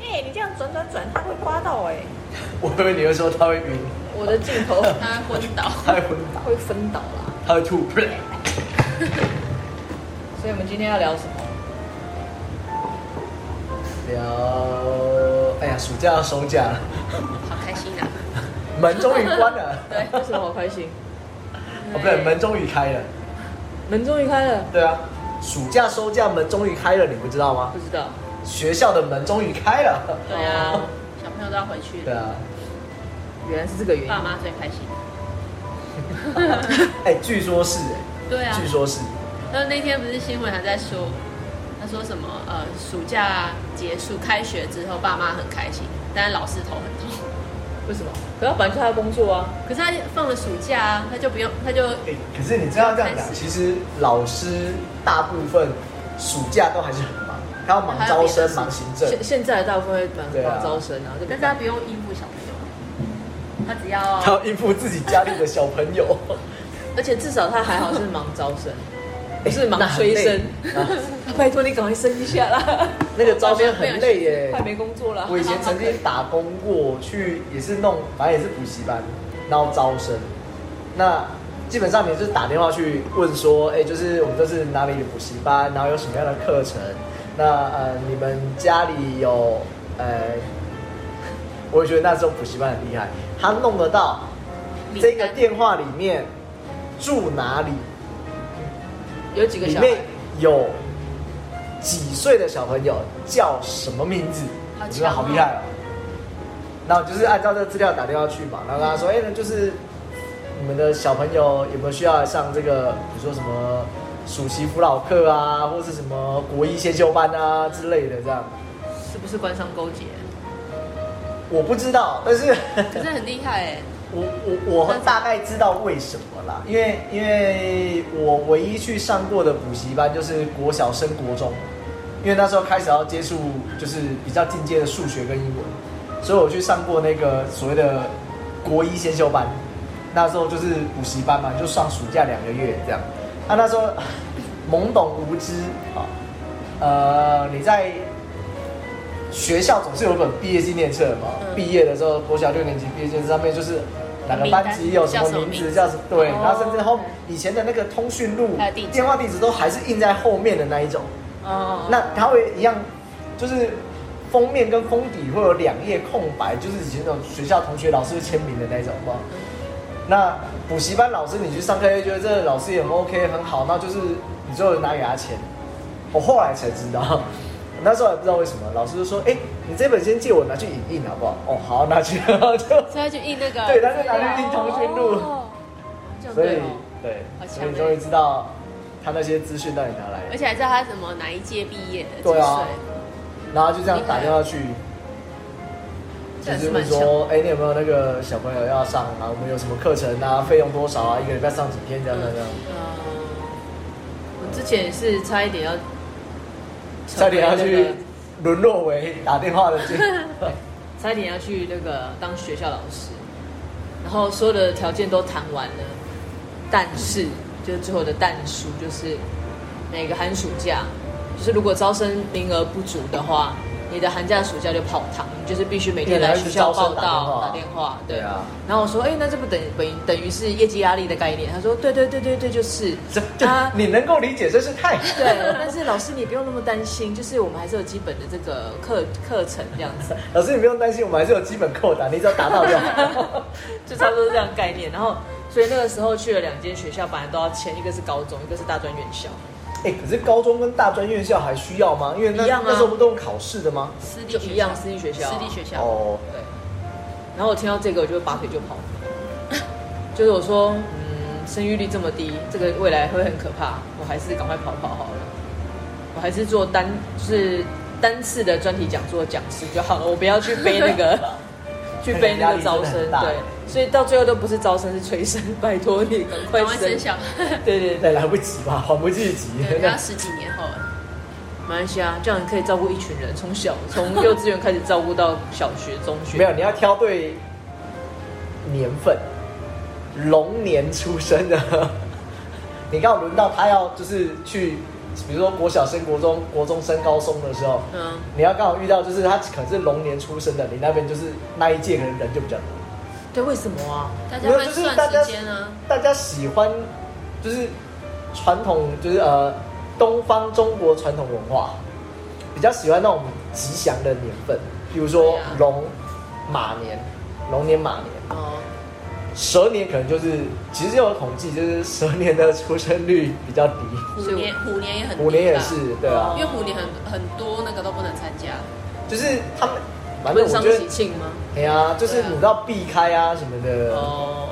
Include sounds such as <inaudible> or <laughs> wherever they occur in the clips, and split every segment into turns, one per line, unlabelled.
哎转转，他会刮到哎、
我以为你会说他会晕，
我的镜 <laughs> 头
他昏倒。
他会昏倒，
会分倒啦。
他会吐。
所以我们今天要聊什么？
聊，哎呀，暑假要收假了，
好开心啊！
门终于关了。
对，为什么好开心？
哦，不对，门终于开了。
门终于开了，
对啊，暑假收假门终于开了，你不知道吗
不？知道。
学校的门终于开了。
对啊，小朋友都要回去
对
了，
啊，
原来是这个原因
爸。妈最开心。
哎，据说是
对
哎，
啊
据，说是，
但是那天不是新闻还在说，他说什么呃，暑假结束开学之后，爸妈很开心，但是老师头很痛。
为什么？可他本来就他的工作啊。
可是他放了暑假啊，他就不用，他就
哎，可是你知道这样讲，其实老师大部分暑假都还是很忙，他要忙招生、忙行政。
现现在大部分会
对
蛮
啊
忙招生啊，这
但
边
是他不用应付小朋友，他只要
他要应付自己家里的小朋
<laughs>
友， <laughs>
而且至少他还好是忙招生，不是忙
哎那很
催
累
生。 <laughs>
啊
拜托你赶快生一下啦，
<laughs> 那个招生很累耶。
<laughs> 快没工作了
我。以前曾经打工过，去也是弄，反正也是补习班，然后招生。那基本上你就是打电话去问说，哎、就是我们这是哪里的补习班，然后有什么样的课程？那呃，你们家里有呃，我也觉得那时候补习班很厉害，他弄得到
嗯
这个电话里面住哪里，
<laughs> 有几个
里
小
面
孩，
有几岁的小朋友叫什么名字？
好强哦
你知道好厉害哦！然后就是按照这个资料打电话去嘛，然后跟他说：“哎、那就是你们的小朋友有没有需要上这个，比如说什么暑期辅导课啊，或是什么国一先修班啊之类的这样。
是不是官商勾结？”
我不知道，但
<laughs>
是
可是很厉害哎，
我我我大概知道为什么啦，因为因为我唯一去上过的补习班就是国小升国中，因为那时候开始要接触就是比较进阶的数学跟英文，所以我去上过那个所谓的国一先修班，那时候就是补习班嘛，就上暑假两个月这样。啊，那时候懵懂无知啊，呃，你在学校总是有本毕业纪念册嘛，
嗯
毕业的时候，国小六年级毕业纪念册上面就是哪个
名
班
单
级有什
叫什
么
么
名
名
字
字
叫什么，对，
哦
然后甚至后以前的那个通讯录
还有地址、
电话地址都还是印在后面的那一种，
哦，
那它会一样，就是封面跟封底会有两页空白，就是以前那种学校同学老师会签名的那一种嘛。那补习班老师你去上课，就觉得这个老师也很 OK 很好，那就是你就拿给他钱。我后来才知道，那时候也不知道为什么，老师就说：“哎、你这本先借我拿去影印好不好？”哦，好，拿去，然后就 <laughs>
所以他就印那个
对，他就拿去印通讯录。
哦这样
所以
对哦，
对，
好强
所以
欸
终于知道他那些资讯到底哪来的
而。且还知道他什么哪一届毕业的，
对啊
几岁
然后就这样打电话去，
这
就
也
是
是
问
蛮像
说，哎、你有没有那个小朋友要上啊？我们有什么课程啊？费用多少啊？一个礼拜上几
嗯
天？这样这样这样，
我之前也是差一点要，
差点要去沦落为打电话的这，
差一点要去那个当学校老师，然后所有的条件都谈完了，但是就是最后的但书就是每个寒暑假，就是如果招生名额不足的话，你的寒假暑假就跑堂，你就是必须每天来学校报到打电话，对
对啊。
然后我说，哎、那这不等等于等于是业绩压力的概念？他说，对对对对对，就是
这这
啊
你能够理解，真是太 <laughs>
对，但是老师你不用那么担心，就是我们还是有基本的这个课课程这样子，
老师，你不用担心，我们还是有基本扣打，你只要达到
<laughs>
就好。
就差不多是这样概念。然后，所以那个时候去了两间学校，本来都要签，一个是高中，一个是大专院校，
哎、可是高中跟大专院校还需要吗？因为那、
一样啊
那时候不都用考试的吗？
私立
就
学校
一样私立学校啊，
私立学校，
哦， <laughs>
对。然后我听到这个，我就拔腿就跑，就是我说，嗯，生育率这么低，这个未来会很可怕，我还是赶快跑跑好了。我还是做单就是单次的专题讲座讲师就好了，我不要去背那个去背那个招生
那个压力真的很，大
对，所以到最后都不是招生是催生， <laughs> 拜托你赶
赶
快
快
生
生，
<laughs>
小孩，
<laughs> 对对对，
对，来不及吧，还不及急。
对，要十几年后了。
马来西亚啊这样你可以照顾一群人，从小从幼稚园开始照顾到小学、中学，
没有，你要挑对年份，龙年出生的，你刚好轮到他要就是去比如说国小升国中、国中升高中的时候，
嗯，
你要刚好遇到就是他可能是龙年出生的，你那边就是那一届可能人就比较多。
对，为什么啊？
大家
没有
会
就是大家
算时间啊，
大家喜欢就是传统，就是呃东方中国传统文化，比较喜欢那种吉祥的年份，比如说
对啊
龙、马年、龙年、马年、
哦，
蛇年，可能就是其实有统计，就是蛇年的出生率比较低，
虎
所以我
年虎年也很低吧哦
虎年也是，，对啊
因，为虎年很很多那个都不能参加，
就是他们反正
婚
我
丧
觉得
喜。庆吗？
哎呀，就是
对啊
你要避开啊什么的，
哦，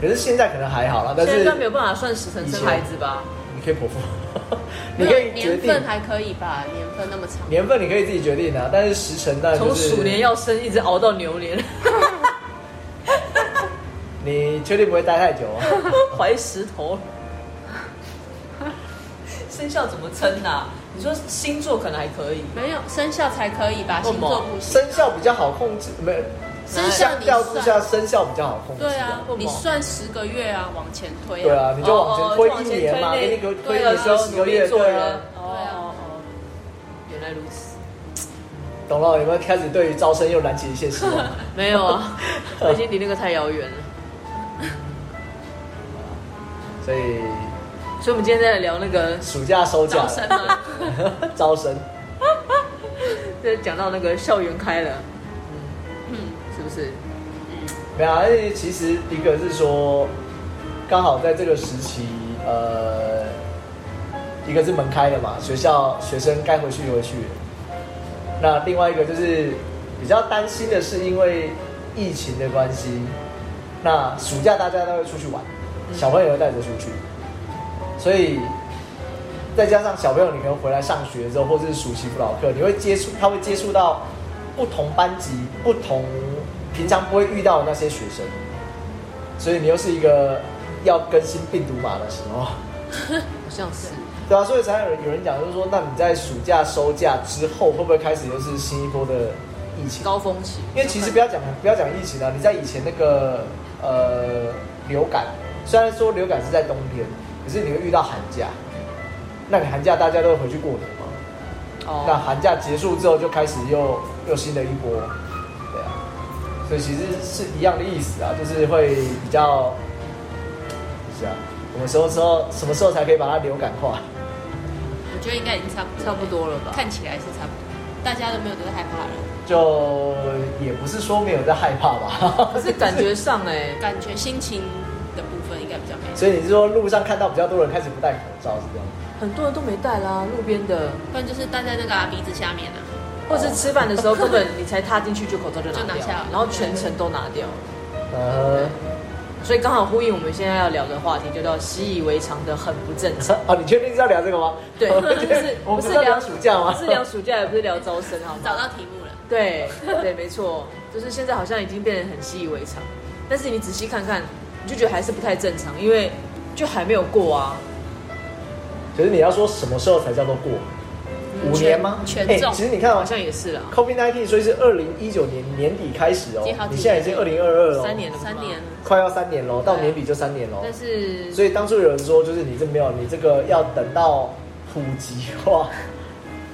可是现在可能还好啦，但
现
是
在没有办法算时辰生孩子吧？
你可以剖腹， <laughs> 你可以
没有
决
年
定
份还可以吧，年份那么长，
年份你可以自己决定啊，但是时辰当然
从
就是
鼠年要生一直熬到牛年， <laughs>
你确定不会待太久
<laughs>
啊？
怀石
<laughs>
头。生肖怎么称啊？你说星座可能还可以，
没有生肖才可以吧，
为什
星
么
座不行，
生肖比较好控制，没有
生肖
相
你
较之下
算，
生肖比较好控制、
对啊
为什，么
你算十个月啊，往前推
对啊，，你就往前推一年嘛，
哦
给你个推
对
一
啊
年推十个月，
做
对
了
啊，。
哦哦，哦原来如此。
懂了，有没有开始对于招生又燃起一些希
<laughs>
望？
没有 <laughs> 啊，我已经离那个太遥远了。
所以
所以我们今天在聊那个，
暑假收假
招
了
生啊，
<laughs> 招生，
在讲到那个校园开了，
嗯，
是不是？
没有、啊，因为其实一个是说，刚好在这个时期，呃，一个是门开了嘛，学校学生该回去回去了。那另外一个就是比较担心的是，因为疫情的关系，那暑假大家都会出去玩，小朋友会带着出去，所以再加上小朋友你可能回来上学之后，或者是暑期辅导课，你会接触，他会接触到不同班级、不同平常不会遇到的那些学生，所以你又是一个要更新病毒码的时候，
<laughs> 好像是。
对啊，所以才有人有人讲，就是说，那你在暑假收假之后，会不会开始又是新一波的疫情？
高峰期，
因为其实不要讲不要讲疫情啊，你在以前那个呃流感，虽然说流感是在冬天，可是你会遇到寒假，那你寒假大家都会回去过年嘛？那
哦，
寒假结束之后就开始又又新的一波，对啊，所以其实是一样的意思啊，就是会比较，是啊，我们什么时候什么时候才可以把它流感化？
我觉得应该已经差不多
差不多了吧？
看起来是差不多，大家都没有都在害怕了，
就也不是说没有在害怕吧， <laughs>
可是感觉上哎、
感觉心情的部分应该比较没事，
所以你是说路上看到比较多人开始不戴口罩是这样吗？
很多人都没带啦，路边的，
不然就是戴在那个啊鼻子下面啊，
或是吃饭的时候根本你才踏进去就口罩就
就
拿
拿
掉
下
了
了，
然后全程都拿掉了。
呃，
所以刚好呼应我们现在要聊的话题，就叫习以为常的很不正 <laughs> 常。
哦，你确定是要聊这个吗？
对，
<laughs> 我
就
觉得
是
我们
不
不
是
是要
聊
聊暑假吗？
不是聊
<laughs>
暑假，也不是聊招生，好吗？ <laughs>
找到题目了，
对对，没错，就是现在好像已经变得很习以为常，但是你仔细看看，你就觉得还是不太正常，因为就还没有过啊。
可是你要说什么时候才叫做过？五年吗？
全
哎
中
其实你看哦，
好像也是啦，
COVID 19，所以是二零一九年年底开始哦
已经好，几
你现在已经二零二二了哦，
三年了吧
三年了，
快要三年喽，到年底就三年喽。
但是
所以当初有人说，就是你这没有，你这个要等到普及
<laughs>
化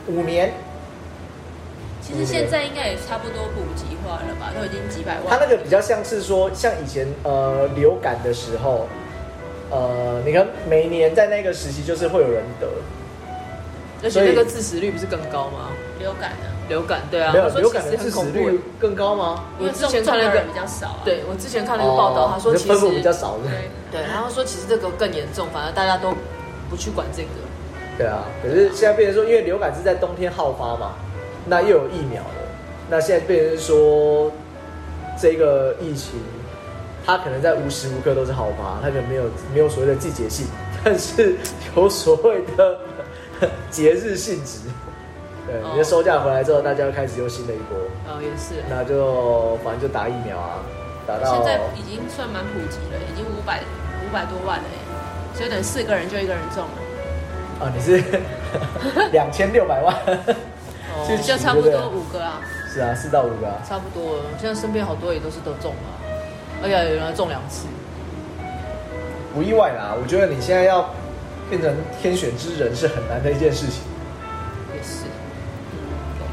五年，
其实现在应该也差不多普及化了吧，都已经几百万。
它那个比较像是说，像以前呃流感的时候，呃，你看每年在那个时期就是会有人得，
而且那个致死率不是更高吗？
流感啊，
流感对啊，
没有
他说
流感
其
的
实很
致死
恐怖
率更高吗？
我
因为
之
重
前
症
看了一
的
个
人比较少啊。
对我之前看了一个报道，他说
哦
其
分布
实
比较少的，
对，
对，然后说其实这个更严重，反而大家都不去管这个，
对啊，可是现在变成说，因为流感是在冬天好发嘛，那又有疫苗了，那现在变成说，这个疫情它可能在无时无刻都是好发，它可能没有没有所谓的 <laughs> 季节性，但是有所谓的节日性质。对，你的收假回来之后，大家又开始又新的一
哦
波，
呃，也是啊。
那就反正就打疫苗啊，打
哦
到
现在已经算蛮普及了，已经五百五百多万了耶，所以等四个人就一个人中了，
啊，你
<laughs>
是两千六百万， <laughs>
哦
其实
就差不多五个啊，
是啊，四到五个啊。
差不多了。现在身边好多也都是都中了，哎而且有人还中两次。
不意外啦。我觉得你现在要变成天选之人是很难的一件事情
也是，嗯对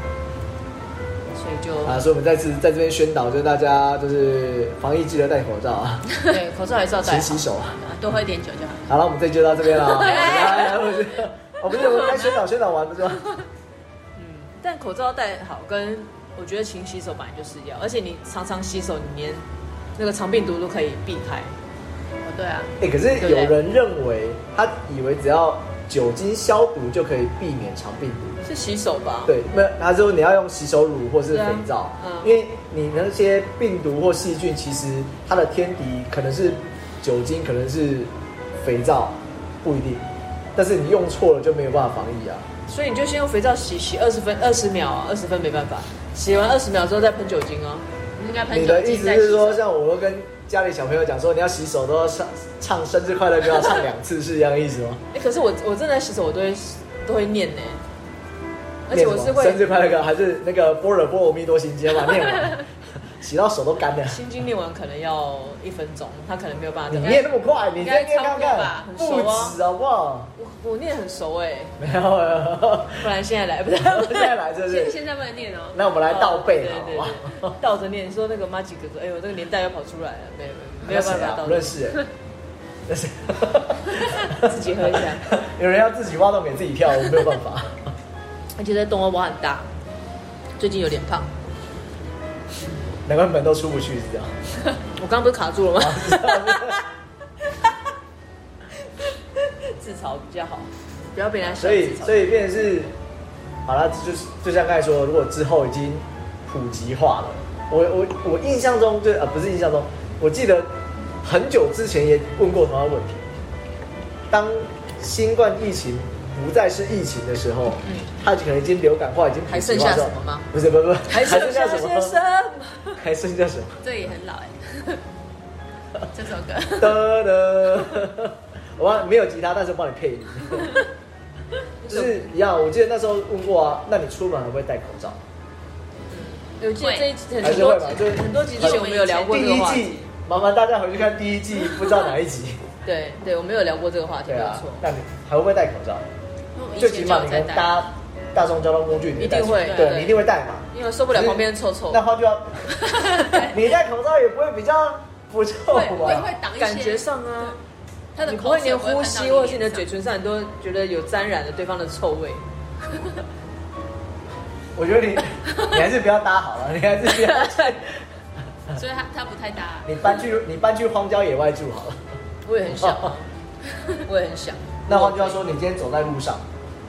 所以就
啊。所以我们再次在这边宣导，就是大家就是防疫记得戴口罩啊，
对口罩还是要戴
勤
好
洗。手啊。
多喝一点酒就好了。
好了，我们这集就到这边了。来来，我们哦我们就该宣导宣导完了是吧？
但口罩戴好跟我觉得勤洗手本来就是要，而且你常常洗手，你连那个肠病毒都可以避开。
哦，对啊，
哎、可是有人认为他以为只要酒精消毒就可以避免肠病毒，
是洗手吧？，
对，没有，他说你要用洗手乳或是肥皂，
对啊嗯
因为你那些病毒或细菌其实它的天敌可能是酒精，可能是肥皂，不一定，但是你用错了就没有办法防疫啊。
所以你就先用肥皂洗洗二十分二十秒啊，二十分没办法，洗完二十秒之后再喷酒精哦。
应该喷
你
酒
的意
精
思
再洗
是说，
手。
像我都跟家里小朋友讲说，你要洗手都要唱唱生日快乐歌，要唱两次，是一样的意思吗？
哎、可是我我真的洗手我都会都会念呢、而且
念
我是
什么
会
生日快乐歌，还是那个般若波罗蜜多心经把念完，洗到手都干了。
心经念完可能要一分钟，他可能没有办法
你
这样。
念那么快，你再念看
应该差不多
看
吧，
很
不
熟啊
止好不好？
我我念很熟哎、
没有，
不然现在来不
现
对。
在来这
现
是，
现在不能念哦。
那我们来倒背
哦
好吗？
对对对倒着念，说那个马吉哥哥，哎呦，那个年代又跑出来了，没有没有没有
那
办
谁啊
法倒
不
着念。 <laughs>
认识啊欸，那谁？
自己喝一下。
有人 <laughs> 要自己挖洞给自己跳，我没有办法。
而且在东欧我很大，最近有点胖。
难怪门都出不去，是这样。
我刚刚不是卡
<laughs>
住了吗？自嘲比较好，不要被人家笑
所以
自嘲
所以变成是，好了，就是就像刚才说，如果之后已经普及化了，我我我印象中就啊、不是印象中，我记得很久之前也问过同样的问题，当新冠疫情不再是疫情的时候，
嗯
它可能已经流感化，已经普及化
还剩下
的时候
什么吗？
不是不是不是，
还剩下些
啊
什么？
还剩下什么？
这也很老哎， <laughs> 这首
<laughs>
歌。
的的， <laughs> 我帮没有吉他，但是我帮你配
<laughs>
音，就是一样。我记得那时候问过啊，那你出门还会戴口罩？
有记得这一集很
还
很
是会
多
吧
集
就是
很多集之前我们有聊过
第
这个
一
话
季
题，，
麻烦大家回去看第一季，不知道哪一
<laughs>
集。
对对，我们有聊过这个话题，
对
没有
啊
错，，
那你还会不会戴口罩？
我以
最起
前就
码
有
你
在
能
<laughs> 戴，
搭大众交通工具，你戴
一定会
口罩
对
对，你一定会戴嘛。
因为受不了旁边臭臭
那，话
<laughs>
就要，你戴口罩也不会比较不臭
会会
嘛
会。挡一些
感觉上啊，
他的
你不
口
会
水
连
不会
呼
喷到
吸或者是你
脸
的
上
嘴唇上，你都觉得有沾染了对方的臭 <laughs> 味。
我觉得你你还是不要搭好了，你还是不要。
<laughs> 所以他他不太搭。
你搬去你搬去荒郊野外住好了。
我也很想 <laughs> 啊，我也很想。
那换句话说，你今天走在路上，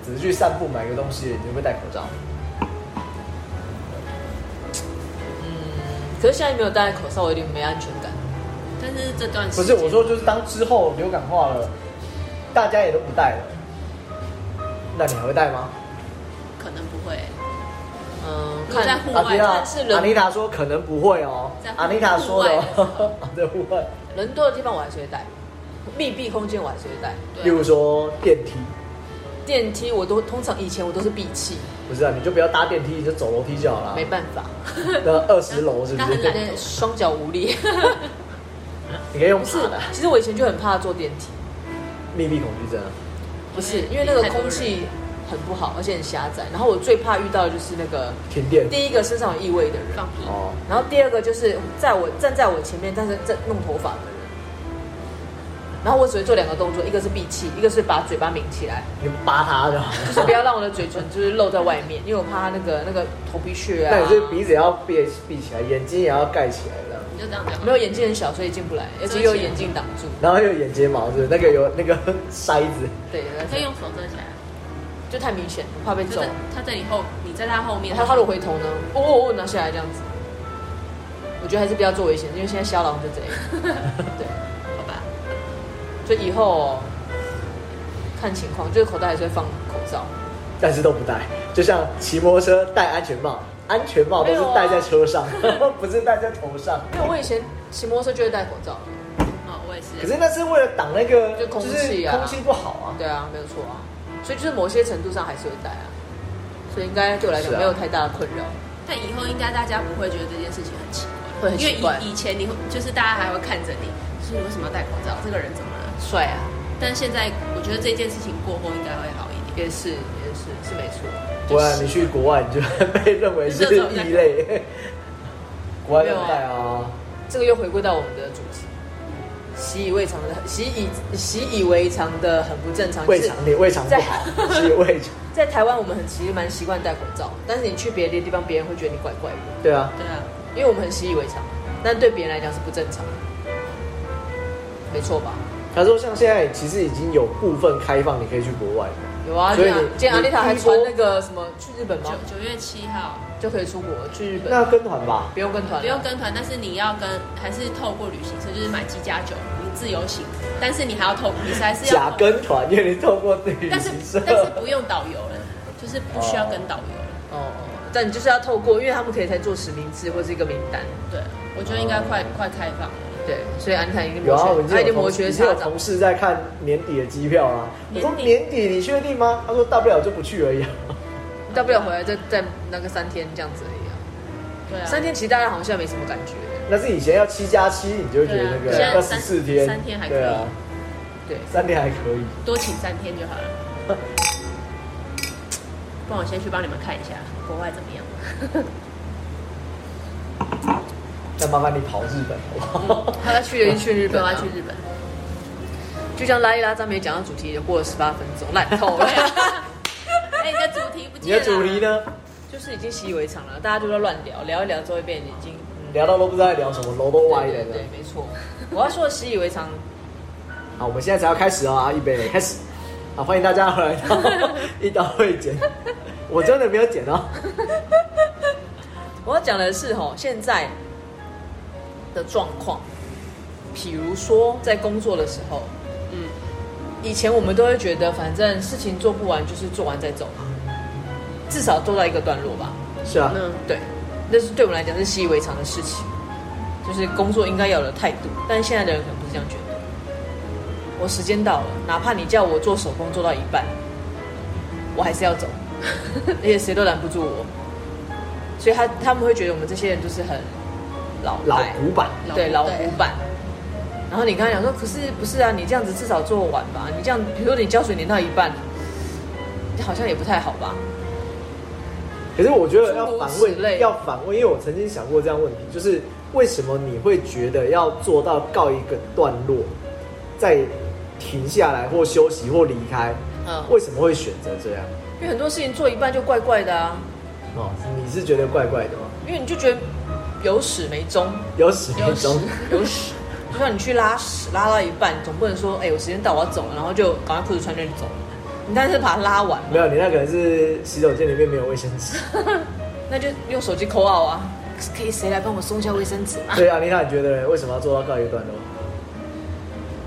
只是去散步买个东西，你会不会戴口罩？
可是现在没有戴口罩，我有点没安全感。
但是这段时
不
间
是，我说就是当之后流感化了，大家也都不戴了，那你还会戴吗？
可能不会，
嗯，
你在
看
户
阿
外
妮塔
但是，
阿
人
妮塔说可能不会哦
在，户
阿妮塔说的
户外的时
哦，在户外，
人多的地方我还是会戴，密闭空间我还是会戴。
对
例如说电梯，
电梯我都通常以前我都是闭气，
不是啊，你就不要搭电梯，你就走楼梯就好了
没。办 <laughs> 法，
那二十楼是不
那
是
很？懒
对，双脚无力。
你可以
<laughs>
用
不是
爬的，，
其实我以前就很怕坐电梯，
密闭恐惧症啊。
不是因为那个空气很不好，而且很狭窄。然后我最怕遇到的就是那个
停电
第一个身上有异味的人，
放屁，
哦，
然后第二个就是在我站在我前面，但是在弄头发的人。然后我只会做两个动作，一个是闭气，一个是把嘴巴抿起来， <laughs>
你扒它就好。
就是不要让我的嘴唇就是露在外面，因为我怕它那个那个头皮屑啊。
那你是鼻子也要闭闭起来，眼睛也要盖起来的，
你就这样讲。
没有眼睛很小，所以进不来，而且又有眼镜挡住。
然后又有眼睫毛是不是那个有那个筛子，
对，
可以用手遮起来，
就太明显，怕被
就
揍
在。他在你后，你在他后面，
然后他如果回头呢，哦哦哦拿下来这样子，我觉得还是不要做危险，因为现在瞎狼就这 <laughs> 样。对，
好吧，
就以后哦、看情况，就是口袋还是会放口罩。
但是都不戴。就像骑摩托车戴安全帽，安全帽都是戴在车 <laughs> 上，不是戴在头上。
因为我以前骑摩托车就会戴口罩，
哦，我也
可
是，
是那是为了挡那个，
就空气啊
就是空气不好啊。
对啊，没有错啊，所以就是某些程度上还是会戴啊，所以应该对我来讲
是啊
没有太大的困扰。
但以后应该大家不会觉得这件事情很奇
会
怪，
很
因为
奇怪
以以前你会就是大家还会看着你，就是你为什么要戴口罩？这个人怎么了？
帅啊，
但现在我觉得这件事情过后应该会好一点。
也是也是是没错。
不然你去国外，你就会被认为是异类。国外热带啊， <laughs>
这个又回归到我们的主题，习以为常的 <laughs> 习以习以为常的很不正常。
胃肠你胃肠不好，是胃肠。 <laughs>
在台湾我们很其实蛮习惯戴口罩，但是你去别的地方，别人会觉得你怪怪的，
对啊，
对啊，
因为我们很习以为常，但对别人来讲是不正常的，没错吧？
他说像现在其实已经有部分开放，你可以去国外。
有啊，
所以
今天今
你
天阿丽塔还
你第一波
传那个什么去日本
九
吗？
九月七号
就可以出国去日本，
那跟团吧，
不用跟团啊了，
不用跟团，但是你要跟还是透过旅行社，就是买机加酒，你自由行，但是你还要透，你还是要
假
透
跟团，因为你透过旅
但是
行社。
但是不用导游了，就是不需要跟导游了。
哦。但你就是要透过，因为他们可以才做实名制或是一个名单，
对，我觉得应该快快开放了。
对，所以安塔已经
有
摩
啊，我
拳，
们
他已
有
经
同
摩
事
拳
已经
擦
有
掌
同。事在看年底的机票啊。我说
年
年
底
底你确定吗？他说大不了就不去而已啊。 <laughs>
大不了回来再再那个三天这样子而已啊。
对啊，
三天其实大家好像没什么感觉，
那是以前要七加七，你就会觉得那
对啊现
个
在
二十四天，
三天还可以
对啊，
对，
三天还可以。
多请三天就好了。不然我先去帮你们看一下国外怎么样。
那麻烦你跑日本好不
嗯
好？
他要去了一去日
对
本、 <laughs> 啊，
啊，去日本。
就像拉一拉张没讲到主题，也过了十八分钟，烂透了。 <laughs>
哎，你的主题
<laughs>
不
你
见
的
了。
主题？呢？
就是已经习以为常了，大家就在乱聊，聊一聊之后会变已经
聊到都不知道在聊什么，楼都歪
对对
了呢。
对，没错。我要说的习以为常，
好，我们现在才要开始哦，啊，预备开始。好，欢迎大家来到
<laughs>
一刀会剪，我真的没有剪哦。
我要讲的是吼，现在的状况，比如说在工作的时候，
嗯，
以前我们都会觉得反正事情做不完就是做完再走，至少做到一个段落吧。
是啊，
嗯，
对，那是对我们来讲是习以为常的事情，就是工作应该要有的态度。但是现在的人可能不是这样觉得。我时间到了，哪怕你叫我做手工做到一半，我还是要走， <laughs> 而且谁都拦不住我。所以他他们会觉得我们这些人就是很老
老
派
古板，
对
老
老
古
古板。然后你跟他讲说，可是不是啊？你这样子至少做完吧。你这样，比如说你胶水粘到一半，好像也不太好吧？
可是我觉得要反
诸如此
问，
类
要反问，因为我曾经想过这样问题，就是为什么你会觉得要做到告一个段落，再停下来或休息或离开，
嗯，
为什么会选择这样？
因为很多事情做一半就怪怪的啊。
哦，你是觉得怪怪的吗？
因为你就觉得有始没终，
有始没
有始
终，
有始，就像你去拉屎拉到一半，总不能说哎、我时间到我要走了，然后就赶快裤子穿着就走了。你但是把它拉完，
<laughs> 没有，你那可能是洗手间里面没有卫生
<laughs>
纸。
那就用手机扣号啊，可以谁来帮我送一下卫生纸吗？
对啊，妮娜，你觉得呢为什么要做到告一段落？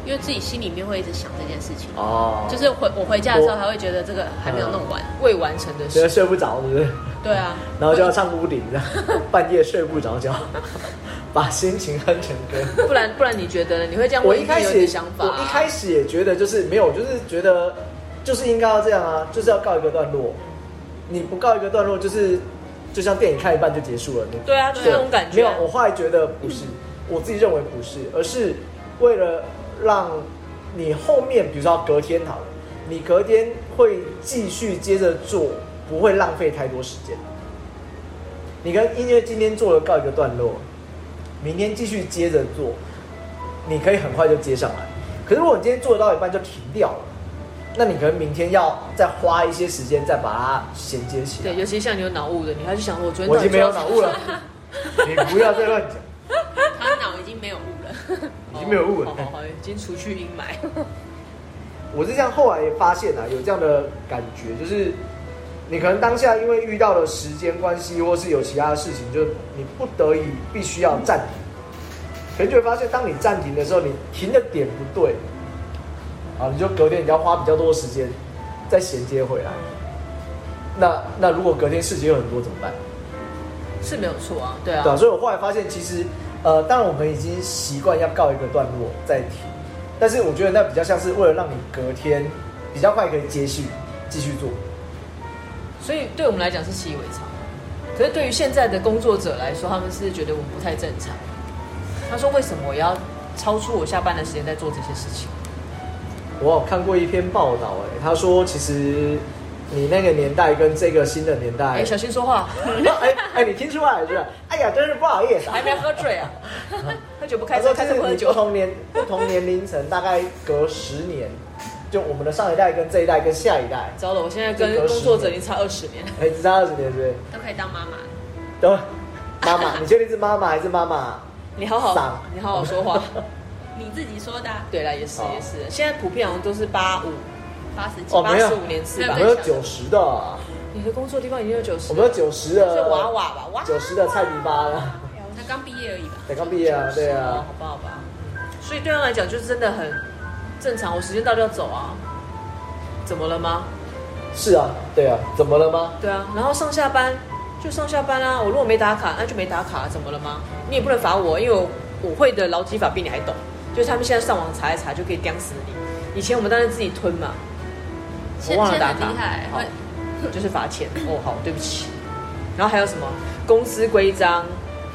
因为自己心里面会一直想这件事情，
哦，
就是回我回家的时候
我
还会觉得这个还没有弄完。
未完成的
觉得
事，
睡不着，是不是？
对啊，
然后就要唱屋顶
<laughs>
这样，半夜睡不着觉，把心情哼成歌。
不然不然你觉得呢？你会这样？
我一开
有
始
点
也
想法、啊
我一开始也觉得就是没有，就是觉得就是应该要这样啊，就是要告一个段落。你不告一个段落，就是就像电影看一半就结束了，你
对啊，就是那种感
没
觉
有
啊。，
我后来觉得不是，我自己认为不是，而是为了让你后面，比如说隔天好了，你隔天会继续接着做，不会浪费太多时间。你跟音乐今天做了告一个段落，明天继续接着做，你可以很快就接上来。可是如果你今天做到一半就停掉了，那你可能明天要再花一些时间再把它衔接起来
对，。尤其像你有脑雾的，你还是想说我昨天
我
到底
已经没有
做
脑
到
雾了，
<laughs>
你不要再乱讲。
他脑已经没有雾了。 <laughs>
已经没有雾了
哦好好好，已经除去阴
<laughs>
霾。
我是这样，后来发现啊，有这样的感觉，就是你可能当下因为遇到了时间关系，或是有其他的事情，就是你不得已必须要暂停。可能就会发现，当你暂停的时候，你停的点不对，啊，你就隔天你要花比较多的时间再衔接回来。那那如果隔天事情有很多怎么办？
是没有错啊，对啊，
对啊，所以我后来发现，其实呃，当然我们已经习惯要告一个段落再停，但是我觉得那比较像是为了让你隔天比较快可以接续继续做。
所以对我们来讲是习以为常。可是对于现在的工作者来说，他们是觉得我们不太正常。他说：“为什么我要超出我下班的时间在做这些事情？
我有看过一篇报道，哎，他说其实你那个年代跟这个新的年代，
哎、小心说 <laughs> 话，
啊哎哎，你听出来了是吧？哎呀，真是不好意思啊，
还没喝醉 <laughs> 啊？喝酒不
他
开车，
说
开车不喝
就是你不
酒。
同年不同年龄层大概隔十年，就我们的上一代跟这一代跟下一代，
<laughs> 糟了，我现在跟工作者已经差二十年，
哎，只差二十年是不是？
都可以当妈妈。
等会儿妈
<laughs>
妈，你确定是妈妈还是妈妈？
你好好
傻，
哦你好好说话。
你自己说的啊，
<laughs> 对啦，也是
好
也是，现在普遍好像都是八五，
八十
<laughs>
几
哦，
八
没有
十五年次吧
我。们有九十的，
你的工作地方已经有九十，
我们有九
是
十的
娃娃吧？娃
九十的菜皮巴
<laughs>
了，
他刚毕业而已吧？
才刚毕业啊，对啊
好，吧好吧。所以对他们来讲，就是真的很正常。我时间到就要走啊，怎么了吗？
是啊，对啊，怎么了吗？
对啊，然后上下班就上下班啊。我如果没打卡，那就没打卡，啊怎么了吗？你也不能罚我，因为我我会的劳基法比你还懂。就是他们现在上网查一查就可以盯死你。以前我们当然自己吞嘛，我
现
忘了
现在
打
很
卡
厉害，，
好
会
就是罚钱。哦，好，对不起。然后还有什么公司规章，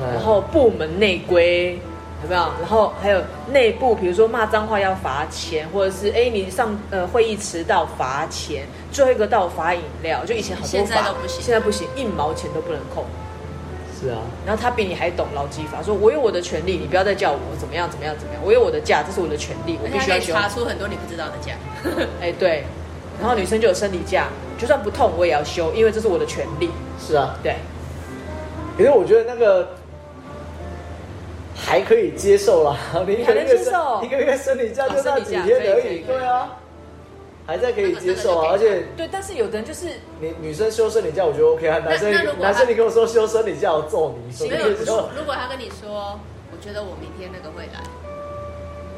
嗯
然后部门内规。有没有？然后还有内部，比如说骂脏话要罚钱，或者是哎你上呃会议迟到罚钱，最后一个到罚饮料，就以前很多
现在
罚
都不行
现在不行，一毛钱都不能扣。
是啊，
然后他比你还懂劳基法，说我有我的权利，你不要再叫我怎么样怎么样怎么样，我有我的假，这是我的权利，我
而
必
且还
须
可
要
以
休。
查出很多你不知道的
<laughs>
假。
哎，对，然后女生就有生理假，就算不痛我也要休，因为这是我的权利。
是啊，
对，
可是我觉得那个还可以接
<laughs>
受啦，你一个
还能
月
接
生
受
一个月生理假就那几
哦生理
天
假
而
可以可以
已，
可以
对啊，还在可以接受啊，
那个
而
真的就可以
且
对，但是有的人就是
你女生休生理假我觉得 OK 啊，男生
那如果
男
他
生你跟我说休生理假我揍你，
行
说
没
对
有，
对
你
如果如果他跟你说，我觉得我明天那个会来，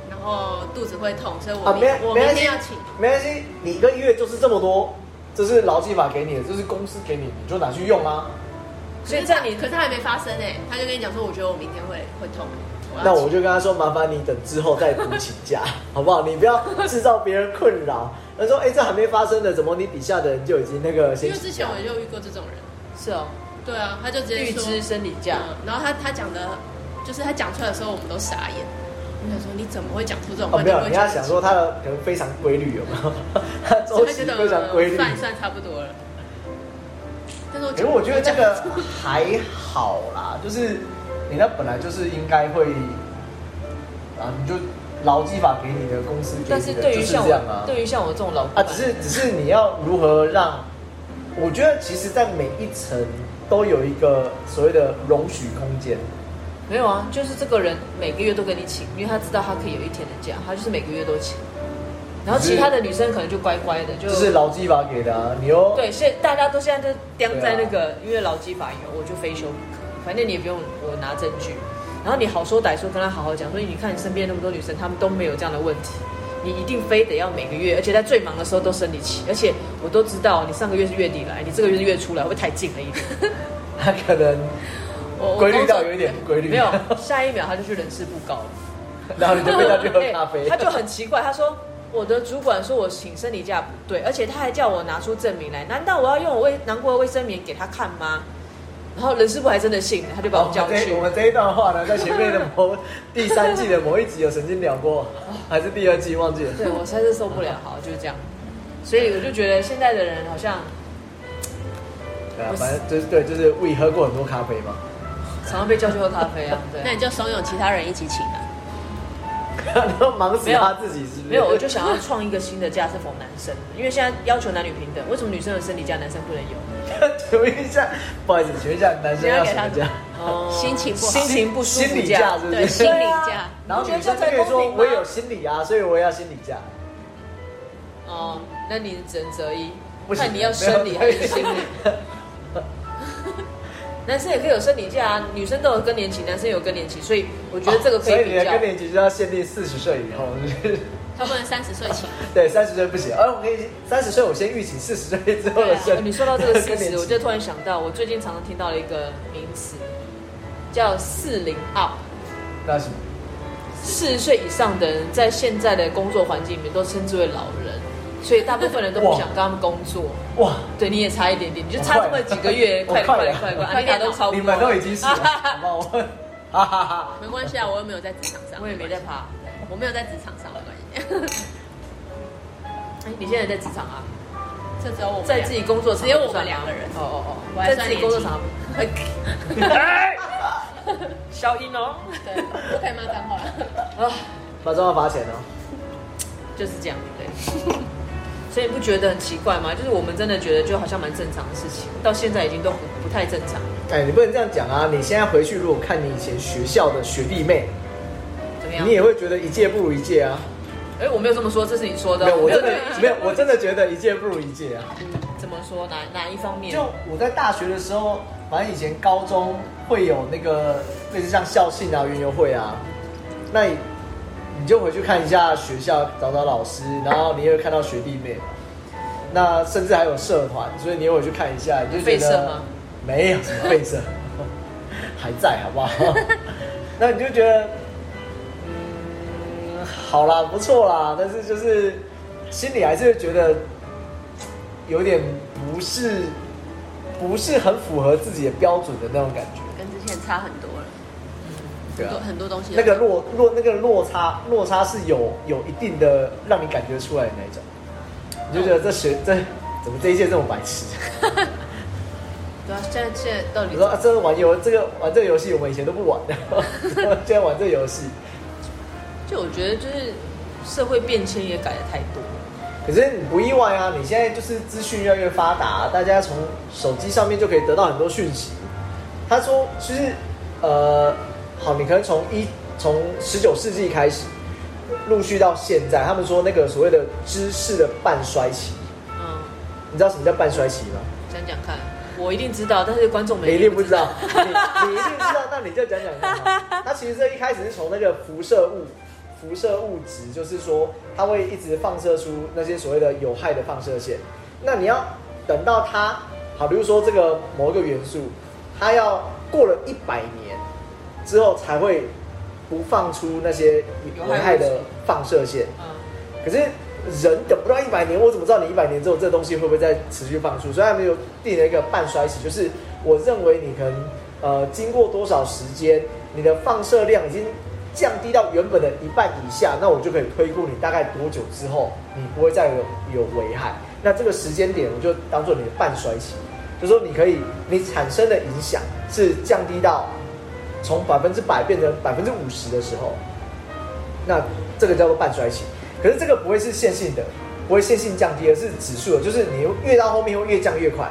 然后肚子会痛，所以我
啊，
明、
没
我
没
明
关系
天要请。，
没关系，你一个月就是这么多，这是劳基法给你的，这是公司给你，你就拿去用啊。
所以
可
这
是他
样你
可是他还没发生哎、他就跟你讲说，我觉得我明天会会痛，要
那我
请
就跟他说，麻烦你等之后再补请假， <laughs> 好不好？你不要制造别人困扰。他说，哎、这还没发生的，怎么你底下的人就已经那个
因
先请
为之
假
前我就遇过这种人，
是哦，
对啊，他就直接
预
说
知生理假，
嗯然后他他讲的，就是他讲出来的时候，我们都傻眼。我想说，你怎么会讲出这种
哦，
话？
没有
不，会
你要
讲出
想说他的可能非常规律，有没有？ <laughs> 他周
所以他
期
觉得
非常规律。
算一算差不多了。但是我
可是我觉得这个
讲不出
还好啦，就是你那本来就是应该会啊，你就劳基法给你的公司给
但
你
是
的
对
就
于
是
像
这
我、
样啊。
对于像我这种老板，
啊，只是只是你要如何让？我觉得其实，在每一层都有一个所谓的容许空间。
没有啊，就是这个人每个月都跟你请，因为他知道他可以有一天的假，他就是每个月都请。然后其他的女生可能就乖乖的，就
这是劳基法给的、啊，你又
对，现大家都现在都盯在那
啊
个，因为劳基法有，我就非修不可。反正你也不用我拿证据，然后你好说歹说跟他好好讲，所以你看你身边那么多女生，她们都没有这样的问题，你一定非得要每个月，而且在最忙的时候都生理期，而且我都知道你上个月是月底来，你这个月是月初来，会不会太近了一点，
他可能
我我
规律
工
到
作
有一点不规律，
没有，下一秒他就去人事部告了。
然 <laughs> 后你就被他去喝咖啡，
<laughs> 哎他就
<laughs>
很奇怪，他说我的主管说我请生理假不对，而且他还叫我拿出证明来，难道我要用我卫难过的卫生棉给他看吗？然后人事部还真的信了，他就把
好
我叫
这
去
哦我。们这一段话呢，在前面的某 <laughs> 第三季的某一集有曾经聊过，
哦
还是第二季忘记了。
对我实在是受不了，好就是这样。所以我就觉得现在的人好像
对啊，反正就是对，就是 we 喝过很多咖啡嘛。 <laughs>
常常被叫去喝咖啡啊，对啊。
那你就怂恿其他人一起请啊。
然后忙死他自己是不是？
没有，我就想要创一个新的假是否男生的，因为现在要求男女平等，为什么女生有生理假，男生不能有？
<laughs> 请问一下，不好意思，请问一下男生要什么假？
哦
心情不
<laughs>
好
心情不舒服
心理假是不
对，
是？
心理假。
然后女生就可以说我有心理啊，所以我也要心理假。
哦，那你只能择一
不，行
看你要生理还是心
没 <laughs>
理。男生也可以有生理假啊，女生都有更年期，男生有更年期，所以我觉得这个可
哦所以
以
你
比
的
较。
更年期就要限定四十岁以后， <laughs> 是不是？
他不能三十岁请，啊
对，三十岁不行。哎，我可以三十岁，我先预请四十岁之后
对
的
啊
生。
你说到这
<laughs>
个事
更
实，
年期
我就突然想到，我最近常常听到了一个名词，叫“四零 up”。
那什么？
四十岁以上的人，在现在的工作环境里面都称之为老人，所以大部分人都不想跟他们工作。
哇，
对，你也差一点点，你就差这么几个月，
我
快
快
了快
了
了快了快了，
我
安
快
妮塔都超过了。
<laughs> 你们都已经
<laughs>
死了，好不好？ <laughs> 我们哈哈哈。
没关系啊，我又没有在职场上，
我也没在，怕。
我没有在职场上，没关系。
哎你现在在职场啊？
<laughs> 这只有我们
在
两
自己工作场合
只有我
算
们
吗
两个人
哦哦
我
哦，
还
在
算
自己工作场合。哎，消音哦，
对，不可以骂脏话。
啊，
把账号罚钱哦。
就是这样，对。所以你不觉得很奇怪吗？就是我们真的觉得就好像蛮正常的事情，到现在已经都不不太正常。
哎，你不能这样讲啊！你现在回去，如果看你以前学校的学弟妹，
怎么样？
你也会觉得一届不如一届啊。
哎、我没有这么说，这是你说的
没
哦。
有，我真的
没有觉得
没有，我真的觉得一届不如一届啊。
怎么说？哪哪一方面？
就我在大学的时候，反正以前高中会有那个类似像校庆啊、园游会啊，那你你就回去看一下学校，找找老师，然后你也会看到学弟妹嘛。那甚至还有社团，所以你也回去看一下，你就觉
废社
得
吗
没有什么废社， <laughs> 还在好 <laughs> 不好？那你就觉得，嗯，好啦，不错啦，但是就是心里还是觉得有点不是不是很符合自己的标准的那种感觉，
<laughs> 跟之前差很多了，
对
很多
啊，
很多东西。
那个落落那个落差落差是有有一定的让你感觉出来的那一种，你就觉得这学这怎么这一届这么白痴？ <laughs>
对啊，现在现在到底
你说啊，这个玩游这个玩这个游戏我们以前都不玩的，现在玩这个游戏，
就我觉得就是社会变迁也改的太多了。
可是你不意外啊，你现在就是资讯越来越发达，大家从手机上面就可以得到很多讯息。他说，就是呃，好，你可能从一从十九世纪开始，陆续到现在，他们说那个所谓的知识的半衰期，
嗯，
你知道什么叫半衰期吗？
讲讲看，我一定知道，但是观众们
你一定不知道，
一定不
你你一定知道，那你就讲讲看
<laughs>
好。它其实这一开始是从那个辐射物，辐射物质，就是说它会一直放射出那些所谓的有害的放射线。那你要等到它，好，比如说这个某一个元素，它要过了一百年之后才会不放出那些有
有害
害
物质
的放射线。
嗯，
可是人等不到一百年，我怎么知道你一百年之后这东西会不会再持续放出？所以他们有定了一个半衰期，就是我认为你可能呃经过多少时间，你的放射量已经降低到原本的一半以下，那我就可以推估你大概多久之后你不会再有有危害。那这个时间点我就当做你的半衰期，就说你可以你产生的影响是降低到从百分之百变成百分之五十的时候，那这个叫做半衰期。可是这个不会是线性的，不会线性降低，而是指数的，就是你越到后面会越降越快。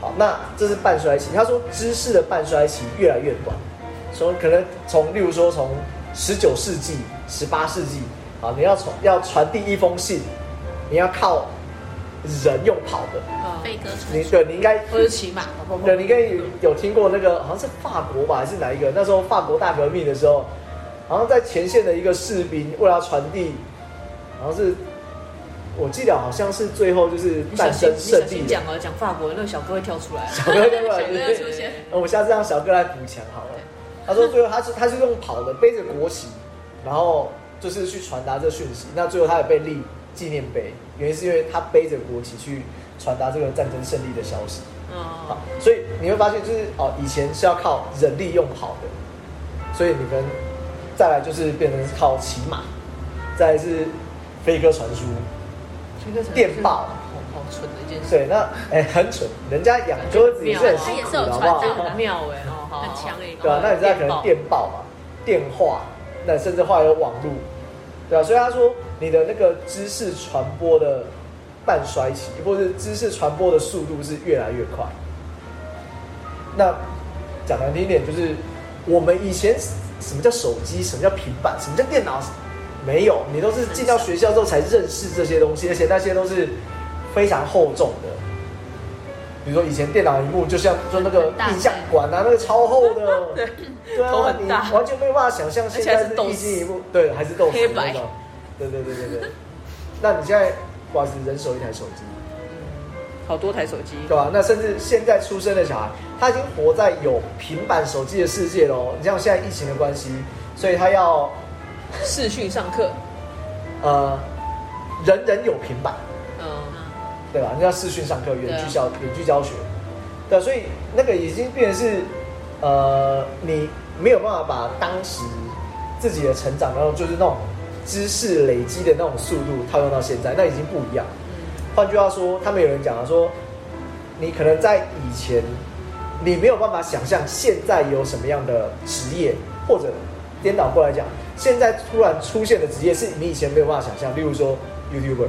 好，那这是半衰期。他说知识的半衰期越来越短，从可能从例如说从十九世纪、十八世纪，好，你要从要传递一封信，你要靠人用跑的，
嗯
飞鸽传
你
书，
对你应该
或者骑马，
对，你应该有有听过那个，好像是法国吧，还是哪一个？那时候法国大革命的时候，好像在前线的一个士兵为了要传递，好像是我记得好像是最后就是
你小
战
心
争
你
胜
小
利
心
的
讲。哦，讲法国那个小哥会跳出来啊。
小哥对吧？
小哥
对
出现
呃我下次让小哥来补强好了。他说最后他是他是用跑的背着国旗，然后就是去传达这讯息。那最后他也被立纪念碑，原因是因为他背着国旗去传达这个战争胜利的消息。
嗯
好，所以你会发现，就是哦，以前是要靠人力用跑的，所以你们再来就是变成是靠骑马，再来是飞鸽传书。
这个真的是
电
好
报
好蠢的一件事，
对，那哎、很蠢，人家养鸽子也是很辛苦的，好不好
它也是有传？
很妙哎，哦，好
很强哎
对啊，那你知道可能电报嘛、电话，那甚至后来有网络，对啊，所以他说你的那个知识传播的半衰期，或是知识传播的速度是越来越快。那讲难听一点，就是我们以前什么叫手机，什么叫平板，什么叫电脑，没有，你都是进到学校之后才认识这些东西，而且那些都是非常厚重的。比如说以前电脑屏幕就像就那个
很大
印象管啊，那个超厚的，
<laughs> 对
<laughs> 对
头
啊，
很
你
大
完全没有办法想象现在是一晶一幕，对，还是豆
黑
豉
白
那种，对对对对对。那你现在不好意思，人手一台手机，
好多台手机，
对吧？那甚至现在出生的小孩，他已经活在有平板手机的世界喽。你像现在疫情的关系，所以他要
视讯上课，
呃，人人有平板，
嗯，
对吧？那叫视讯上课，远
对啊
距教远距教学，对啊，所以那个已经变成是，呃，你没有办法把当时自己的成长，然后就是那种知识累积的那种速度套用到现在，那已经不一样。
嗯
换句话说，他们有人讲啊，说你可能在以前，你没有办法想象现在有什么样的职业，或者颠倒过来讲，现在突然出现的职业是你以前没有办法想象，例如说 YouTuber，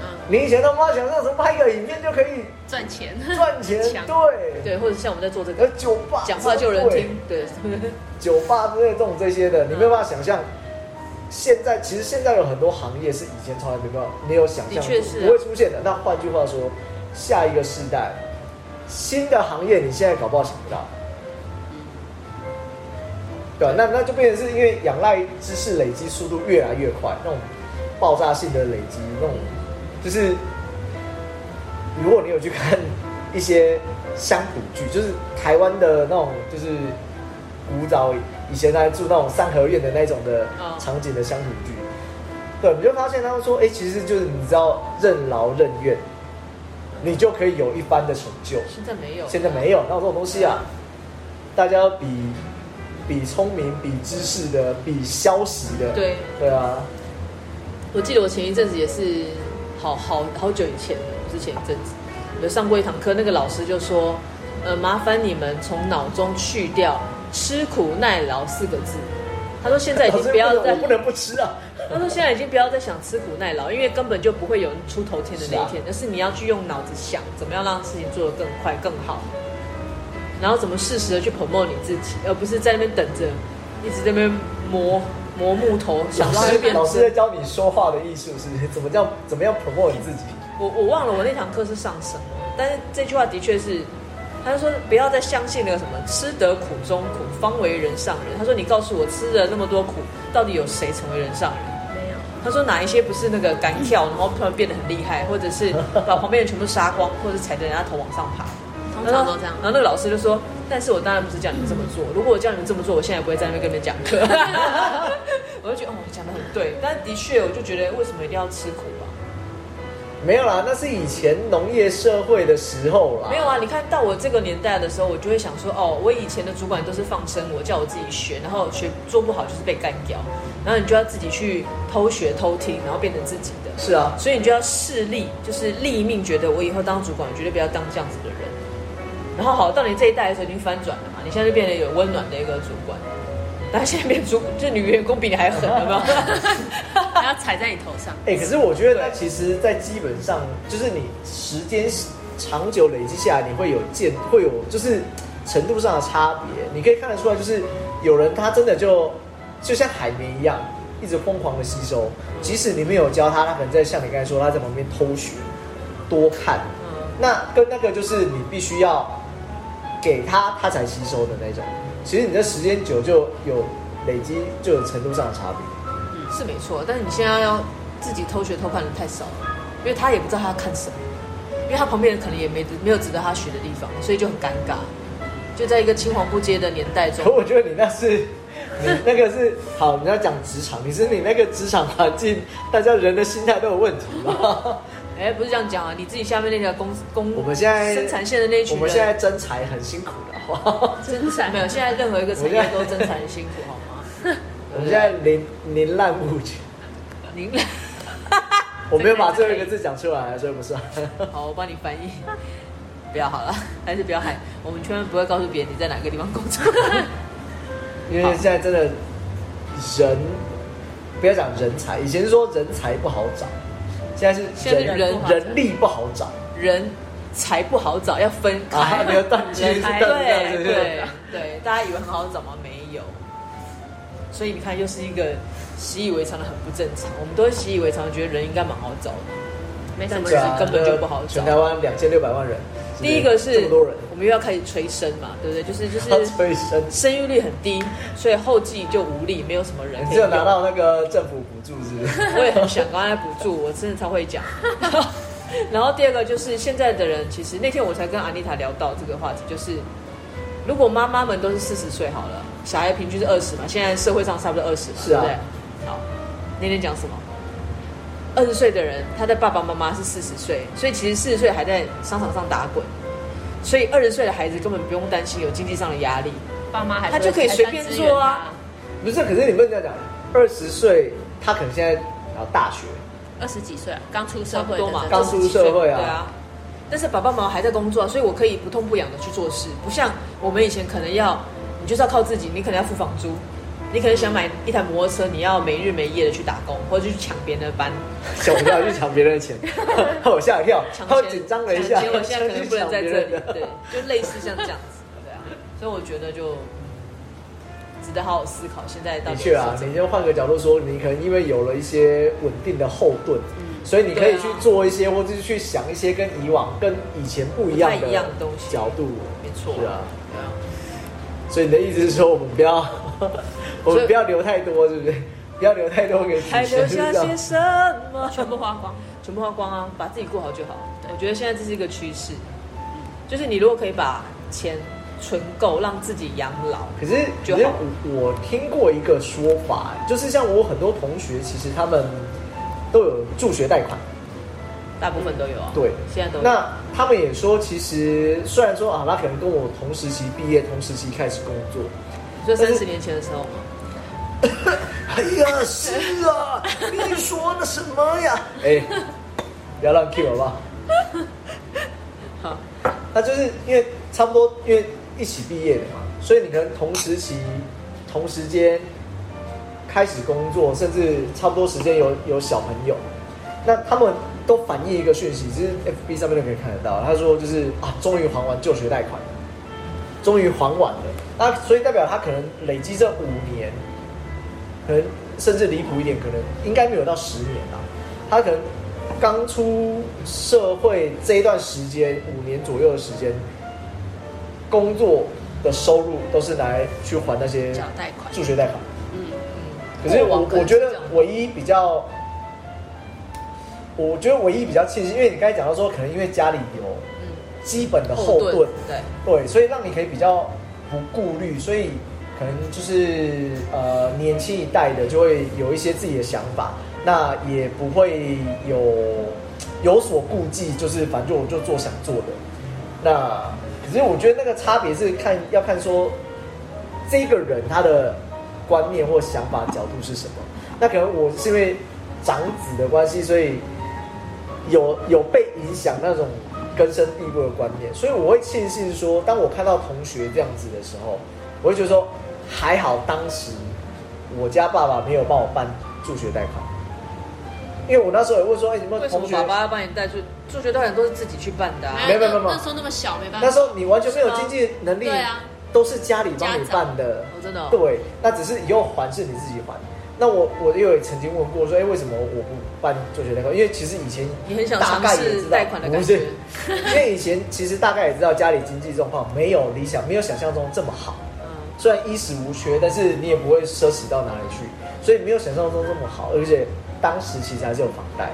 嗯，
你以前都没有办法想象，说拍个影片就
<laughs>
可以
赚钱，
<laughs> 赚钱，
强
对，
对，或者像我们在做这
而
个
酒吧
讲话就有人
呃这么贵
听，嗯对，
酒吧之类这种这些的，你没有办法想象。现在其实现在有很多行业是以前从来没有没有想象
的
过
确是啊
不会出现的。那换句话说，下一个世代新的行业，你现在搞不好想不到，对吧、那那就变成是因为仰赖知识累积速度越来越快，那种爆炸性的累积，那种就是如果你有去看一些乡土剧， <laughs> 就是台湾的那种，就是古早以前在住那种三合院的那种的
哦
场景的乡土剧，对，你就发现他们说，哎、其实就是你知道任劳任怨，你就可以有一番的成就。
现在没有，
现在没有，哪有这种东西啊？大家要比比聪明、比知识的、比消息的，
对，
对啊，
我记得我前一阵子也是好好好久以前了，不是前一阵子，有上过一堂课，那个老师就说，呃，麻烦你们从脑中去掉“吃苦耐劳”四个字。他说现在已
老
经
师
不要
能
再
我，不能不吃啊。
他说现在已经不要再想吃苦耐劳，因为根本就不会有出头天的那一
是啊
天，而是你要去用脑子想怎么样让事情做得更快更好，然后怎么适时的去 promote 你自己，而不是在那边等着，一直在那边磨磨木头，想让
老
它
师
变
老
成
师在教你说话的艺术是不是怎么叫怎么样 promote 你自己？
我我忘了我那堂课是上什么，但是这句话的确是，他就说不要再相信那个什么“吃得苦中苦，方为人上人”。他说你告诉我，吃了那么多苦，到底有谁成为人上人？
没有，
他说哪一些不是那个敢跳，然后突然变得很厉害，或者是把旁边人全部杀光，或者踩着人家头往上爬？
通
然
常
后
都这样
然。后那个老师就说：“但是我当然不是叫你们这么做。如果我叫你们这么做，我现在也不会在那边跟你们讲课。” <laughs> 我就觉得哦，讲的很对。但的确，我就觉得为什么一定要吃苦啊？
没有啦，那是以前农业社会的时候啦。
没有啊，你看到我这个年代的时候，我就会想说，哦，我以前的主管都是放生我，叫我自己学，然后学做不好就是被干掉，然后你就要自己去偷学偷听，然后变成自己的，
是啊，
所以你就要势力，就是立命，觉得我以后当主管，我绝对不要当这样子的人。然后好，到你这一代的时候已经翻转了嘛，你现在就变得有温暖的一个主管，但现在变主，这女员工比你还狠，有没有？ <laughs>
嗯
还要踩在你头
<laughs>
上，
哎、可是我觉得那
对
其实，在基本上就是你时间长久累积下来，你会有见会有就是程度上的差别，你可以看得出来，就是有人他真的就就像海绵一样，一直疯狂的吸收，即使你没有教他，他可能在像你刚才说，他在旁边偷学、多看，
嗯，
那跟那个就是你必须要给他，他才吸收的那种。其实你的时间久就有累积，就有程度上的差别。
是没错，但是你现在要自己偷学偷看的太少了，因为他也不知道他要看什么，因为他旁边人可能也没没有值得他学的地方，所以就很尴尬。就在一个青黄不接的年代中
可，我觉得你那是，你那个是好，你要讲职场，你是你那个职场环境，大家人的心态都有问题吧？
哎、不是这样讲啊，你自己下面那条公公，
我们现在
生产线的那一群人，
我们现在争财很辛苦的，好不好？
真惨
没有，现在任何一个产业都真的很辛苦，好吗？
我们现在零零烂物质，
您，
我没有把最后一个字讲出来，所以不算。
好，我帮你翻译。 <laughs> 不要好了，还是不要喊，我们千万不会告诉别人你在哪个地方工作。
因为现在真的人，不要讲人才，以前是说人才不好找，现在是
现在是
人
人
人力不好找
人才不好找，要分开。 <laughs>
啊！没有断句是
人
断
才
句断句
对
是
对对，大家以为很好找吗？没有。所以你看，又是一个习以为常的很不正常。我们都会习以为常，觉得人应该蛮好找的。
没什么
对
事
啊。根本就不好找
全台湾两千六百万人，是不
第一个是
这么多人，
我们又要开始催生嘛，对不对？就是
<laughs>
就
他
是
催生，
生育率很低，所以后继就无力，没有什么人可
你
以
只有
用。
拿到那个政府补助是不是？
我也很想刚才补助，我真的超会讲。 <laughs> 然后第二个就是现在的人，其实那天我才跟安妮塔聊到这个话题，就是如果妈妈们都是四十岁好了，小孩平均是二十嘛，现在社会上差不多二十嘛，
是
对
啊
不对？好，那天讲什么？二十岁的人，他的爸爸妈妈是四十岁，所以其实四十岁还在商场上打滚，所以二十岁的孩子根本不用担心有经济上的压力。
爸妈还是
他就可以随便做啊
不是，可是你不能这样讲，二十岁他可能现在然后大学，
二十几岁啊，刚出社
差不
会
多嘛
的，
刚出社会
对
啊，
啊。但是爸爸妈妈还在工作、啊，所以我可以不痛不痒的去做事，不像我们以前可能要，你就是要靠自己，你可能要付房租，你可能想买一台摩托车，你要没日没夜的去打工，或者去抢别人的
<laughs>
班。
小朋友去抢别人
<laughs>
的钱， <laughs> 他我吓一跳，
抢
他
钱
我紧张了一下，
抢钱我现在可能不能在这
去抢别
里
人，的
对，就类似像这样子，对啊。所以我觉得就值得好好思考，现在到
的
底
确啊，
是怎
你
么
就换个角度说，你可能因为有了一些稳定的后盾，
嗯
所以你可以去做一些，或者是去想一些跟以往、跟以前不一样
不太一样的东西
角度。
没错
是啊，
对啊。
所以你的意思是说，我们不要， <laughs> 我
所以
们不要留太多，是不是？不要留太多给
还
女
留
生，是
下
这
些
样。
什么？
全部花光。
全部花光啊，把自己过好就好。我觉得现在这是一个趋势，就是你如果可以把钱存够，让自己养老，
可是，
就
可
好
是我我听过一个说法，就是像我很多同学，其实他们都有助学贷款。
大部分都有啊。
对
现在都有。
那他们也说，其实虽然说啊，他可能跟我同时期毕业、同时期开始工作，
就
但
三
是
十年前的时候嘛，
哎呀，是
<laughs>
啊，你说了什么呀？哎，不要乱 Q 好不好？
好，
那就是因为差不多，因为一起毕业的嘛，所以你可能同时期、同时间开始工作，甚至差不多时间有有小朋友，那他们都反映一个讯息，就是 FB 上面都可以看得到，他说就是啊，终于还完就学贷款了，终于还完了，那所以代表他可能累积这五年，可能甚至离谱一点，可能应该没有到十年啦。他可能刚出社会这一段时间，五年左右的时间，工作的收入都是拿来去还那些
缴贷款
助学贷款。
嗯，
可是
过
我
往可能
我觉
是
得
这样
唯一比较，我觉得唯一比较庆幸，因为你刚才讲到说，可能因为家里有
嗯，
基本的后盾，
对，
对，所以让你可以比较不顾虑，所以可能就是呃年轻一代的就会有一些自己的想法，那也不会有有所顾忌，就是反正我就做想做的。那可是我觉得那个差别是看要看说这个人他的观念或想法角度是什么。那可能我是因为长子的关系，所以有有被影响那种根深蒂固的观念，所以我会庆幸说，当我看到同学这样子的时候，我会觉得说，还好当时我家爸爸没有帮我办助学贷款，因为我那时候也问说，哎、你们
为什
同
么
学
爸爸要帮你带去助学贷款都是自己去办的啊？
没有没有没有
那时候那么小，没
嗯
办法。
那时候你完全没有经济能力，
对啊
都是家里帮你办的
哦，真的哦
对，那只是以后还是你自己还。那我我也有曾经问过说，哎、为什么我不办助学贷款？因为其实以前
你很想
大
尝
概也
试
知道
贷款的感
不
觉
是， <laughs> 因为以前其实大概也知道家里经济状况没有理想，没有想象中这么好。
嗯，
虽然衣食无缺，但是你也不会奢侈到哪里去，所以没有想象中这么好。而且当时其实还是有房贷，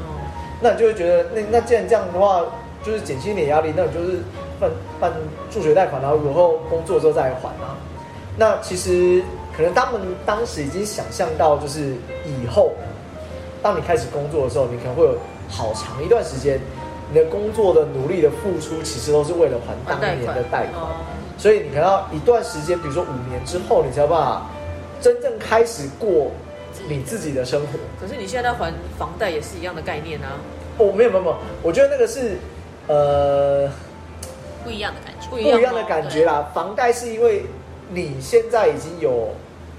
哦，
那你就会觉得，那那既然这样的话，就是减轻一点压力，那你就是办办助学贷款，然后以后工作之后再还啊。那其实可能他们当时已经想象到，就是以后当你开始工作的时候，你可能会有好长一段时间，你的工作的努力的付出，其实都是为了还当年的贷款。
哦，
所以你可能要一段时间，比如说五年之后，你才有办法真正开始过你自己的生活。
可是你现在在还房贷也是一样的概念啊，
哦，没有没有没有，我觉得那个是呃
不一样的感觉，
不
不
一样吗
一样的感觉啦。房贷是因为你现在已经有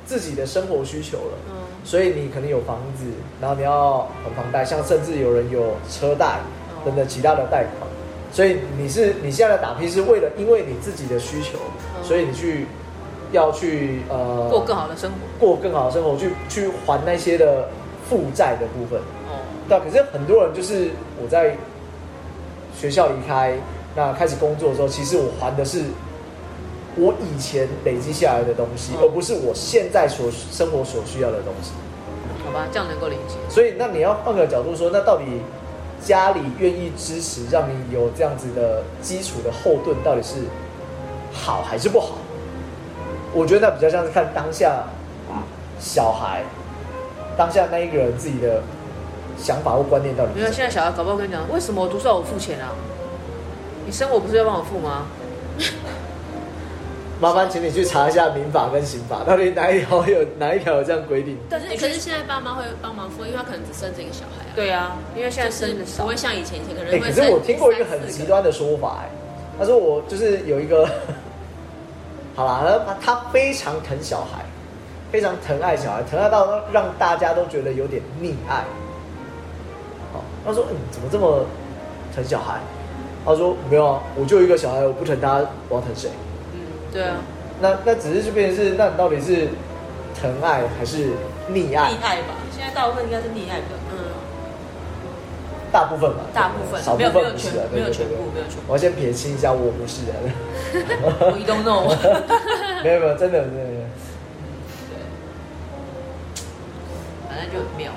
自己的生活需求了，
嗯，
所以你可能有房子，然后你要还房贷，像甚至有人有车贷等等其他的贷款，所以你是你现在的打拼是为了因为你自己的需求，
嗯
所以你去要去呃
过更好的生活，
过更好的生活，去去还那些的负债的部分。
哦，
对啊，可是很多人就是我在学校离开，那开始工作的时候，其实我还的是我以前累积下来的东西，
嗯
而不是我现在所生活所需要的东西。
好吧，这样能够理解。
所以，那你要换个角度说，那到底家里愿意支持让你有这样子的基础的后盾，到底是好还是不好？我觉得那比较像是看当下小孩，当下那一个人自己的想法或观念到底是
没
什
有，
么。
现在小孩搞不好跟你讲，为什么我读书要我付钱啊？你生我不是要帮我付吗？
麻烦请你去查一下民法跟刑法，到底哪一条有哪一条有这样规定？
但
但
是
是
你可
可
是
是现在爸妈会帮忙付，因为他可能只生这个小孩啊，，
对啊，因为现在
就是
生的
不
少
会，像以前，以前可能
哎、
会
可
生
是我听过一个
三
很
四
极端的说法、哎，他说我就是有一个， <laughs> 好啦，他他非常疼小孩，非常疼爱小孩，疼爱到让大家都觉得有点溺爱。好，他说嗯，怎么这么疼小孩？他说没有啊，我就一个小孩，我不疼他，我要疼谁？
嗯，
对啊，
那那只是就变成是，那你到底是疼爱还是溺爱？
溺爱吧，现在大部分应该是溺爱比较
嗯，
大部分吧，
大部分
少部
没有
分
没有
不
全
是啊
没有全。
对对
部
对
没有全部
我要先撇清一下，我不是人。 <laughs>
，We don't know，
没有没有，真的真的真的。
<laughs> 反正就很妙。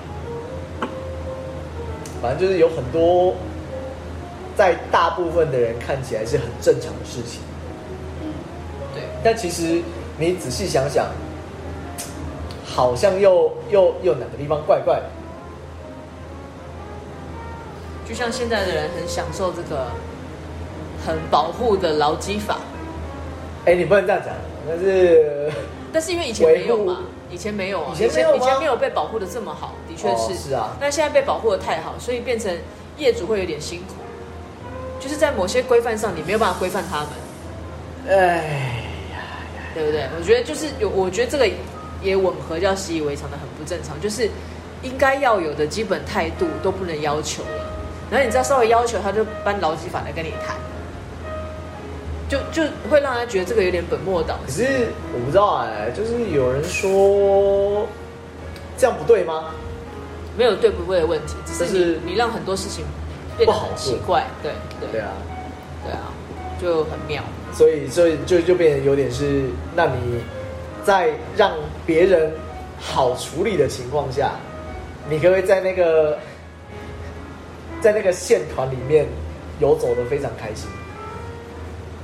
反正就是有很多在大部分的人看起来是很正常的事情，
对，
但其实你仔细想想，好像又又又哪个地方怪怪的。
就像现在的人很享受这个很保护的劳基法，
哎，你不能这样讲，但是 <laughs>
但是因为以前没有嘛
维护，
以前没有啊，
以前没有吗
以前没有被保护的这么好，的确是、
哦是啊
那现在被保护的太好，所以变成业主会有点辛苦，就是在某些规范上你没有办法规范他们，
哎，
对不对？我觉得就是有，我觉得这个也吻合叫习以为常的很不正常，就是应该要有的基本态度都不能要求了。然后你只要稍微要求，他就搬劳基法来跟你谈，就就会让他觉得这个有点本末倒
可
置。
是我不知道哎，就是有人说这样不对吗？
没有对不对的问题，只是你
就是
你让很多事情变得很奇怪，对对
对啊，
对啊，就很妙。
所以所以就就变得有点是，那你在让别人好处理的情况下，你可不可以在那个在那个线团里面游走的非常开心？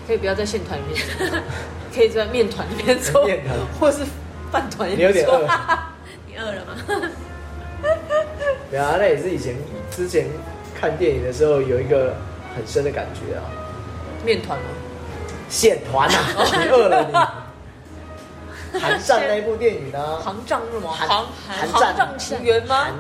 可以不要在线团里面
<laughs>
走，可以在面团里面走
面团，
或是饭团里
你有
面
点
走。
饿，
你饿了吗？
对啊，那也是以前之前看电影的时候有一个很深的感觉啊，
<laughs> 面团吗？
线团啊，你饿了你，寒战那一部电影呢、啊，
航仗是吗？
韩
航
韩
航
战
仗情缘吗
寒？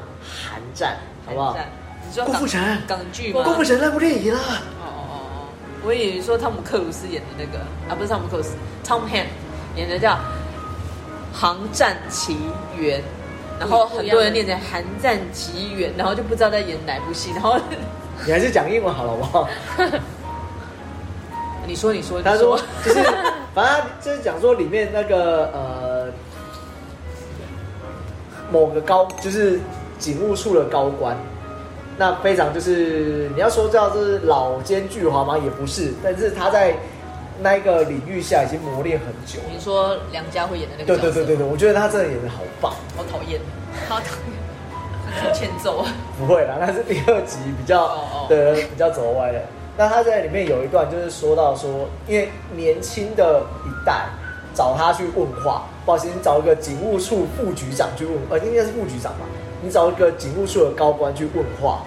寒战好不好
韩？战？你知道
郭富
港
城
港剧吗？
郭富城那部电影啊，
哦哦哦，我以为说汤姆克鲁斯演的那个啊，不是汤姆克鲁斯，Tom Hanks 演的叫《航站奇缘》，然后很多人念成《寒战奇缘》，然后就不知道在演哪部戏。然后 <laughs>
你还是讲英文好了好不好？
你说，你说，
他
你
说 <laughs> 就是，反正就是讲说里面那个呃，某个高就是警务处的高官，那非常就是你要说叫是老奸巨猾吗？也不是，但是他在那个领域下已经磨练很久了。
你说梁家辉演的那个
对
角
对
色，
对对对，我觉得他真的演的好棒。
好讨
<laughs>
厌，
好讨厌，
很欠揍啊！
不会啦，那是第二集比较
哦哦
的比较走歪的。那他在里面有一段就是说到说，因为年轻的一代找他去问话，不好意思，你找一个警务处副局长去问，呃，应该是副局长吧？你找一个警务处的高官去问话，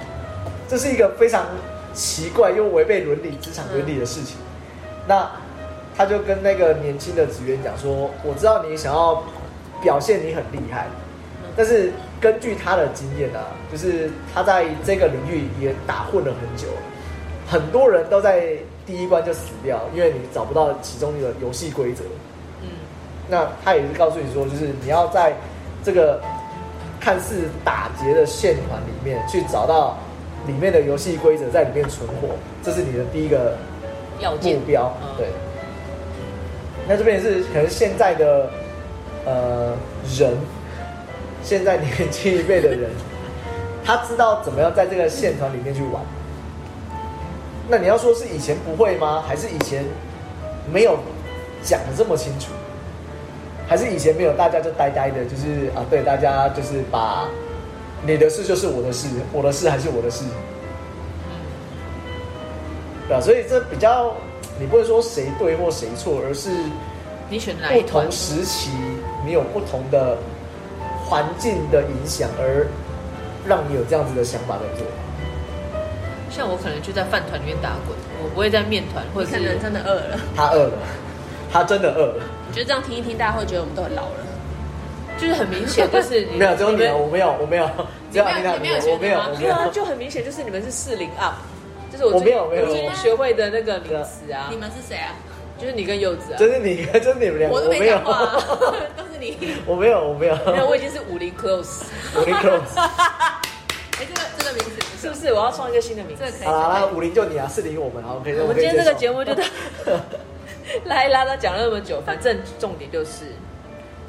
这是一个非常奇怪又违背伦理、职场伦理的事情。那他就跟那个年轻的职员讲说：“我知道你想要表现你很厉害，但是根据他的经验啊，就是他在这个领域也打混了很久，很多人都在第一关就死掉，因为你找不到其中的游戏规则。
嗯，
那他也是告诉你说，就是你要在这个看似打劫的线团里面去找到里面的游戏规则，在里面存活，这是你的第一个
要
目
见
标，对。那这边也是，可能现在的呃人，现在年轻一辈的人，他知道怎么样在这个线团里面去玩。那你要说是以前不会吗？还是以前没有讲的这么清楚？还是以前没有大家就呆呆的，就是啊，对，大家就是把你的事就是我的事，我的事还是我的事。对啊，所以这比较，你不会说谁对或谁错，而是
你选哪
不
一团
同？时期你有不同的环境的影响，而让你有这样子的想法在做。
像我可能就在饭团里面打滚，我不会在面团或
你
者
可
是
能真的饿了，
他饿了，他真的饿了。
你觉得这样听一听，大家会觉得我们都很老了？
就是很明显，就是 <laughs> 你
没有，只有你
们
啊，我没有，我没有，只有阿丽娜没有，我没有，我没
<laughs> 对啊，
有。 <laughs>
就很明显就是你们是四零 up，就是我
我
最
没有没有
我最近学会的那个名词啊
你，们是谁啊？
就是你跟柚子啊，
真是你，真是你们两个，
我都没
没有
讲，话、
<laughs>
啊，都是你。
我没有，我没有，
没有，我已经是五零 close，
五零 close。
<laughs> 哎、这个这个名字不
<laughs> 是
是
不是？我要创一个新的名
这个
字。
可以。
好啦，那
这个可以
五零就你啊，四零我们啊，OK。
我们今天这个节目就到 <laughs>
到，
拉一拉，他讲了那么久，反正重点就是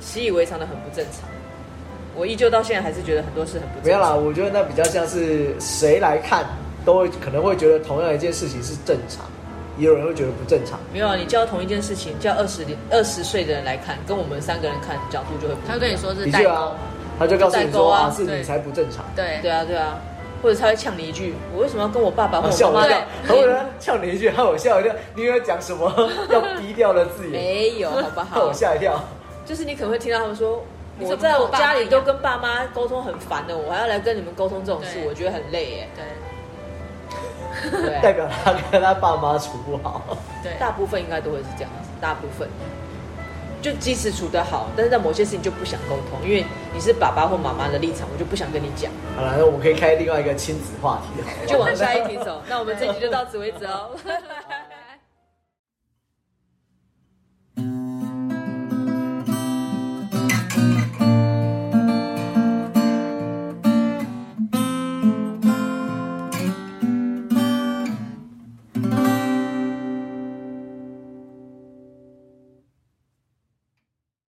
习以为常的很不正常。我依旧到现在还是觉得很多事很不
没
正
有啦，
常。
我觉得那比较像是谁来看都会可能会觉得同样一件事情是正常，也有人会觉得不正常。
没有啊，你叫同一件事情，叫二十二十岁的人来看，跟我们三个人看角度就会不一样。
他跟你说是
的
代
确
购、
啊，他就告诉你
代购
说
啊
啊，是你
对
才不正常。
对
对啊，对啊，或者他会呛你一句：“我为什么要跟我爸爸或我
啊笑
妈
我
妈
一跳
对，
然后呢，呛你一句，害我吓我一跳。你有没有讲什么要低调的字眼？
没有，好不
<laughs> 害我
好？
吓一跳。
就是你可能会听到他们说：“
你
我
怎么
在
跟
我
我爸
家
妈
里
一
都
样
跟爸妈沟通很烦的，我还要来跟你们沟通这种事，
对
我觉得很累
<laughs>
耶。
对”
对，
代表他跟他爸妈处不好，
对 <laughs>
大部分应该都会是这样子，大部分。就即使处得好，但是在某些事情就不想沟通，因为你是爸爸或妈妈的立场，我就不想跟你讲。
好了，那我们可以开另外一个亲子话题了。
就往下一题走，那我们这集就到此为止哦。